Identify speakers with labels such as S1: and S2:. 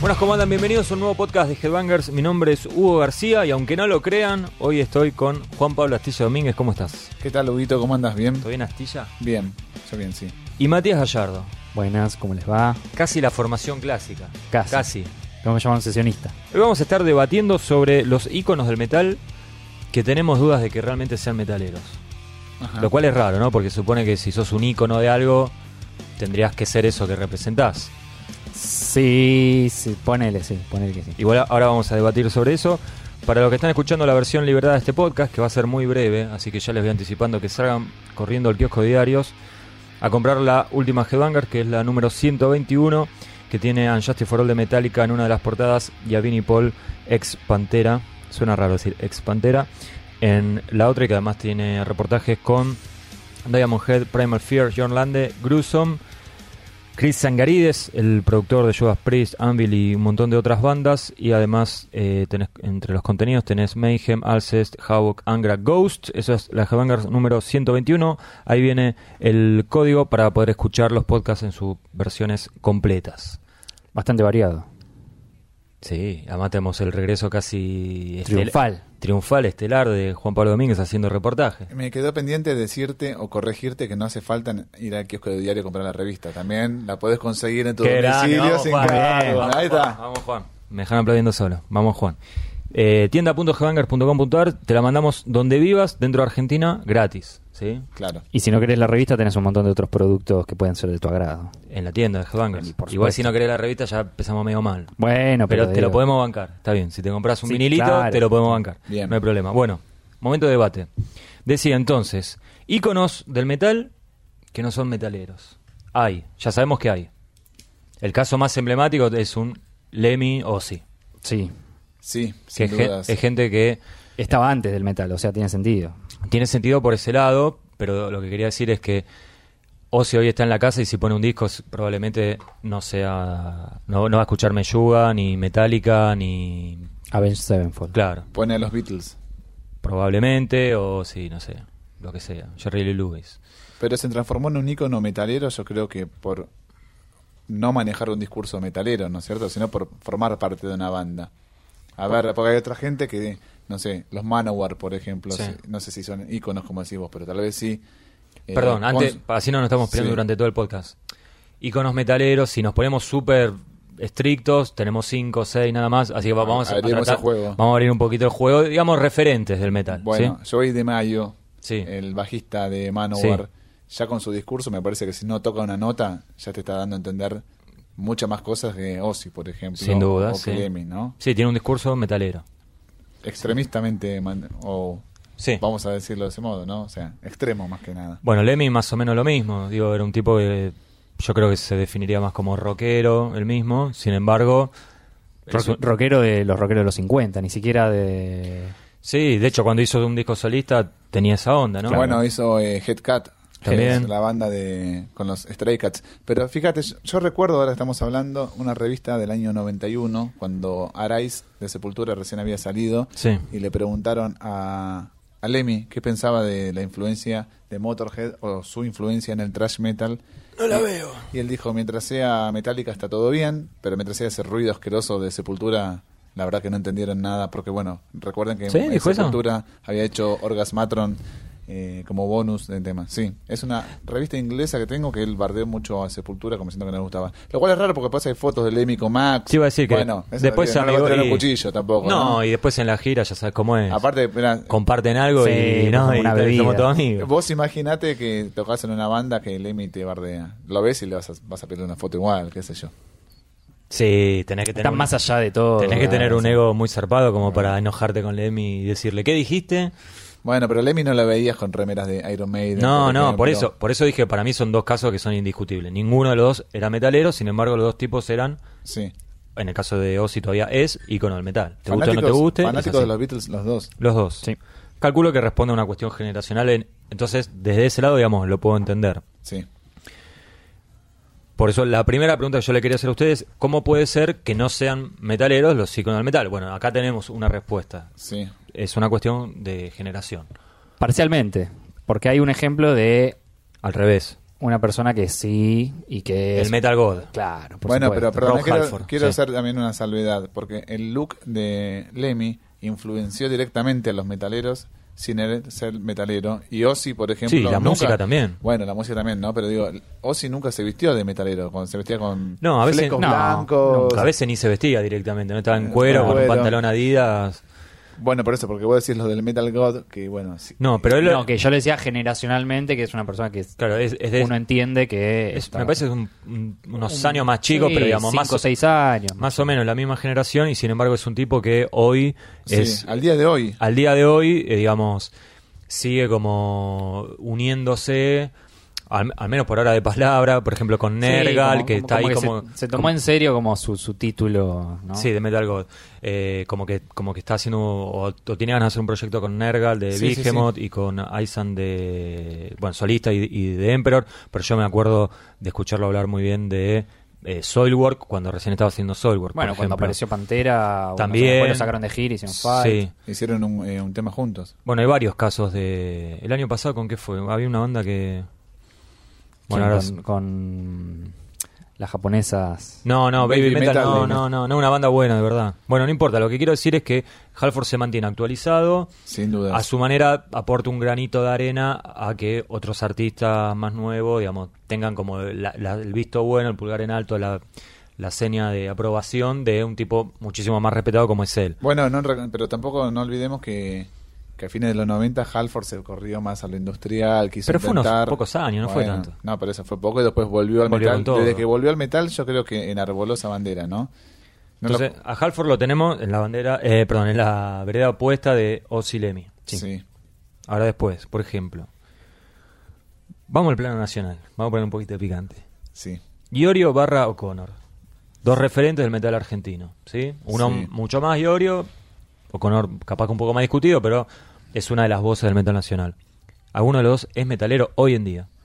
S1: Buenas, ¿cómo andan? Bienvenidos a un nuevo podcast de Headbangers. Mi nombre es Hugo García y aunque no lo crean, hoy estoy con Juan Pablo Astilla Domínguez. ¿Cómo estás?
S2: ¿Qué tal, Huguito? ¿Cómo andas? ¿Bien?
S1: ¿Todo bien, Astilla?
S2: Bien, yo bien, sí.
S1: Y Matías Gallardo.
S3: Buenas, ¿cómo les va?
S1: Casi la formación clásica.
S3: Casi.
S1: Casi.
S3: ¿Cómo me llaman sesionista?
S1: Hoy vamos a estar debatiendo sobre los íconos del metal que tenemos dudas de que realmente sean metaleros.
S2: Ajá.
S1: Lo cual es raro, ¿no? Porque supone que si sos un ícono de algo, tendrías que ser eso que representás.
S3: Sí, sí, ponele, sí, ponele que sí.
S1: Igual ahora vamos a debatir sobre eso. Para los que están escuchando la versión liberada de este podcast, que va a ser muy breve, así que ya les voy anticipando que salgan corriendo al kiosco de diarios a comprar la última Headbanger, que es la número 121, que tiene a Justice for All de Metallica en una de las portadas y a Vinnie Paul, ex Pantera, suena raro decir ex Pantera, en la otra y que además tiene reportajes con Diamond Head, Primal Fear, John Lande, Gruesome, Chris Sangarides, el productor de Judas Priest, Anvil y un montón de otras bandas. Y además, eh, tenés- entre los contenidos tenés Mayhem, Alcest, Havoc, Angra, Ghost. Esa es la Headbangers número 121. Ahí viene el código para poder escuchar los podcasts en sus versiones completas.
S3: Bastante variado.
S1: Sí, además tenemos el regreso casi... estel-
S3: Triunfal.
S1: Triunfal, estelar de Juan Pablo Domínguez haciendo reportaje.
S2: Me quedó pendiente decirte o corregirte que no hace falta ir al kiosco de diario a comprar la revista. También la podés conseguir en tu
S1: Qué grande,
S2: domicilio
S1: vamos,
S2: sin
S1: Juan.
S2: cargo.
S1: Vamos,
S2: Ahí
S1: Juan,
S2: está.
S1: Vamos, Juan. Me dejan aplaudiendo solo. Vamos, Juan. Eh, tienda.headbangers.com.ar te la mandamos donde vivas, dentro de Argentina, gratis. ¿sí?
S2: Claro.
S3: Y si no querés la revista, tenés un montón de otros productos que pueden ser de tu agrado.
S1: En la tienda de Headbangers.
S3: Y por
S1: Igual
S3: supuesto.
S1: si no querés la revista ya empezamos medio mal.
S3: Bueno, pero,
S1: pero te lo
S3: digo,
S1: podemos bancar. Está bien, si te compras un
S3: Sí,
S1: vinilito,
S3: claro.
S1: te lo podemos bancar.
S2: Bien.
S1: No hay problema. Bueno, momento de debate. Decía entonces, íconos del metal que no son metaleros. Hay, ya sabemos que hay. El caso más emblemático es un Lemmy Ozzy.
S3: Sí.
S2: Sí,
S1: que
S2: sin
S1: es, gen-
S2: dudas.
S1: es gente que
S3: Estaba antes del metal, o sea, tiene sentido.
S1: tiene sentido por ese lado, pero lo que quería decir es que Ozzy hoy está en la casa y si pone un disco s- probablemente no sea no, no va a escuchar Meyuga, ni Metallica, ni
S3: Avenged Sevenfold.
S1: claro,
S2: Pone a los Beatles.
S1: probablemente o sí, no sé, lo que sea, Jerry Lee Lewis.
S2: Pero se transformó en un ícono metalero, yo creo que por no manejar un discurso metalero, ¿no es cierto? Sino por formar parte de una banda. A ver, porque hay otra gente que, no sé, los Manowar, por ejemplo,
S1: Sí.
S2: se- no sé si son íconos como decís vos, pero tal vez sí. eh,
S1: Perdón,
S2: con-
S1: antes así no nos estamos peleando
S2: Sí.
S1: durante todo el podcast. Íconos metaleros, si nos ponemos súper estrictos, tenemos 5, 6 nada más, así que va- vamos a, a
S2: Abrimos
S1: tratar-
S2: el juego.
S1: vamos a abrir un poquito el juego, digamos referentes del metal,
S2: Bueno,
S1: ¿sí?
S2: Joey de Mayo,
S1: Sí.
S2: el bajista de Manowar, ya con su discurso me parece que si no toca una nota, ya te está dando a entender muchas más cosas que Ozzy, por ejemplo.
S1: Sin duda,
S2: o que
S1: sí.
S2: Lemmy, ¿no?
S1: Sí, tiene un discurso metalero.
S2: Extremistamente, man- o
S1: Sí.
S2: vamos a decirlo de ese modo, ¿no? O sea, extremo más que nada.
S1: Bueno, Lemmy más o menos lo mismo. Digo, era un tipo que yo creo que se definiría más como rockero, el mismo. Sin embargo, es
S3: Rock-
S1: un-
S3: rockero de los rockeros de los 50, ni siquiera de...
S1: sí, de hecho cuando hizo un disco solista tenía esa onda, ¿no?
S2: Bueno, hizo eh, Head Cat, que
S1: También.
S2: es la banda de con los Stray Cats. Pero fíjate, yo, yo recuerdo, ahora estamos hablando, una revista del año 91, cuando Arais de Sepultura recién había salido,
S1: Sí.
S2: y le preguntaron a, a Lemmy qué pensaba de la influencia de Motorhead o su influencia en el thrash metal.
S1: No la veo.
S2: Y él dijo, mientras sea metálica está todo bien, pero mientras sea ese ruido asqueroso de Sepultura, la verdad que no entendieron nada, porque bueno, recuerden que
S1: ¿Sí?
S2: en
S1: ¿Dijo eso?
S2: Sepultura había hecho Orgasmatron eh, como bonus del tema. Sí, es una revista inglesa que tengo que él bardeó mucho a Sepultura como diciendo que no le gustaba. Lo cual es raro porque pasa hay fotos de Lemmy con Max.
S1: Sí, iba a decir que
S2: bueno, eso
S1: después
S2: no le va a
S1: amigó-
S2: tirar un
S1: y-
S2: cuchillo tampoco.
S1: No,
S2: No,
S1: y después en la gira ya sabes cómo es.
S2: Aparte, mirá,
S1: comparten algo
S3: Sí, pues,
S1: y no,
S3: como
S1: y
S3: una
S1: te-
S3: bebida.
S1: somos todos amigos.
S2: Vos imaginate que tocas en una banda que Lemmy te bardea. Lo ves y le vas a, vas a pedir una foto igual, qué sé yo.
S1: Sí, tenés que tener
S3: Están
S1: un-
S3: más allá de todo.
S1: tenés que
S3: ¿verdad?
S1: tener un
S3: Sí.
S1: ego muy zarpado como para enojarte con Lemmy y decirle, ¿qué dijiste?
S2: Bueno, pero Lemmy no la veías con remeras de Iron Maiden.
S1: No, no,
S2: ejemplo.
S1: por eso, por eso dije, para mí son dos casos que son indiscutibles. Ninguno de los dos era metalero, sin embargo, los dos tipos eran,
S2: Sí.
S1: en el caso de Ozzy todavía es, ícono del metal. Te guste o no te
S2: Fanáticos-
S1: guste, es
S2: Fanáticos
S1: así.
S2: de los Beatles, los dos.
S1: Los dos.
S3: Sí.
S1: Calculo que responde a una cuestión generacional. en- entonces, desde ese lado, digamos, lo puedo entender.
S2: Sí.
S1: Por eso, la primera pregunta que yo le quería hacer a ustedes, ¿cómo puede ser que no sean metaleros los íconos del metal? Bueno, acá tenemos una respuesta.
S2: Sí.
S1: Es una cuestión de generación.
S3: Parcialmente, porque hay un ejemplo de
S1: Al revés.
S3: una persona que sí y que es.
S1: El Metal God.
S3: Claro, por
S2: Bueno, pero
S3: supuesto.
S2: perdón,
S1: Rob Halford,
S2: quiero, quiero
S1: sí.
S2: hacer también una salvedad, porque el look de Lemmy influenció directamente a los metaleros sin él ser metalero. Y Ozzy, por ejemplo.
S1: Sí, la
S2: nunca-
S1: música también.
S2: Bueno, la música también, ¿no? Pero digo, Ozzy nunca se vistió de metalero, cuando se vestía con
S1: No, a veces-
S2: flecos
S3: no,
S2: blancos.
S1: A veces ni se vestía directamente, no estaba en cuero, con un
S2: Cuero.
S1: pantalón Adidas.
S2: Bueno, por eso, porque vos decís lo del Metal God, que bueno, sí.
S1: No, pero él.
S3: No, que yo le decía generacionalmente que es una persona que
S1: Claro, es, es de-
S3: uno entiende que.
S1: es-
S3: está-
S1: me parece un- un- unos años más chicos,
S3: Sí,
S1: pero digamos,
S3: cinco
S1: más,
S3: o seis años.
S1: más o menos la misma generación, y sin embargo es un tipo que hoy
S2: Sí,
S1: es.
S2: al día de hoy.
S1: Al día de hoy, eh, digamos, sigue como uniéndose. Al, al menos por ahora de palabra, por ejemplo con
S3: Sí,
S1: Nergal,
S3: como-
S1: que está ahí
S3: se-
S1: como,
S3: Se, tomó en serio como su, su título, ¿no?
S1: Sí, de Metal God. Eh, como, que, como que está haciendo, o, o tiene ganas de hacer un proyecto con Nergal de
S2: Sí, sí,
S1: Behemoth y con Aisan de, bueno, solista y, y de Emperor, pero yo me acuerdo de escucharlo hablar muy bien de eh, Soilwork cuando recién estaba haciendo Soilwork.
S3: Bueno,
S1: por
S3: cuando
S1: ejemplo.
S3: apareció Pantera, bueno,
S1: También.
S3: después lo sacaron de gira, hicieron fight.
S1: Sí.
S2: Hicieron un, eh, un tema juntos.
S1: Bueno, hay varios casos de... El año pasado, ¿con qué fue? Había una banda que... Bueno, ahora...
S3: con, con las japonesas.
S1: No, no, Baby,
S2: Baby
S1: Metal,
S2: Metal
S1: no,
S2: de-
S1: no, no, no, una banda buena, de verdad. Bueno, no importa, lo que quiero decir es que Halford se mantiene actualizado,
S2: Sin duda.
S1: a su manera aporta un granito de arena a que otros artistas más nuevos, digamos, tengan como la- la- el visto bueno, el pulgar en alto, la, la seña de aprobación de un tipo muchísimo más respetado como es él.
S2: Bueno, no re- pero tampoco no olvidemos que, que a fines de los 90 Halford se corrió más a lo industrial, quiso
S1: Pero fue unos
S2: inventar-
S1: pocos años, no fue tanto.
S2: No, pero eso fue poco y después volvió al
S1: Volvió con
S2: metal.
S1: todo.
S2: Desde que volvió al metal yo creo que enarboló esa bandera, ¿no? No lo-
S1: Entonces, a Halford lo tenemos en la bandera, eh, perdón, en la vereda opuesta de Ozzy Lemi.
S2: sí.
S1: Ahora después, por ejemplo. Vamos al plano nacional, vamos a poner un poquito de picante.
S2: sí.
S1: Iorio barra O'Connor. Dos referentes del metal argentino. ¿sí? Uno
S2: Sí.
S1: mucho más Iorio, O'Connor capaz que un poco más discutido, pero es una de las voces del metal nacional. Alguno de los dos es metalero hoy en día.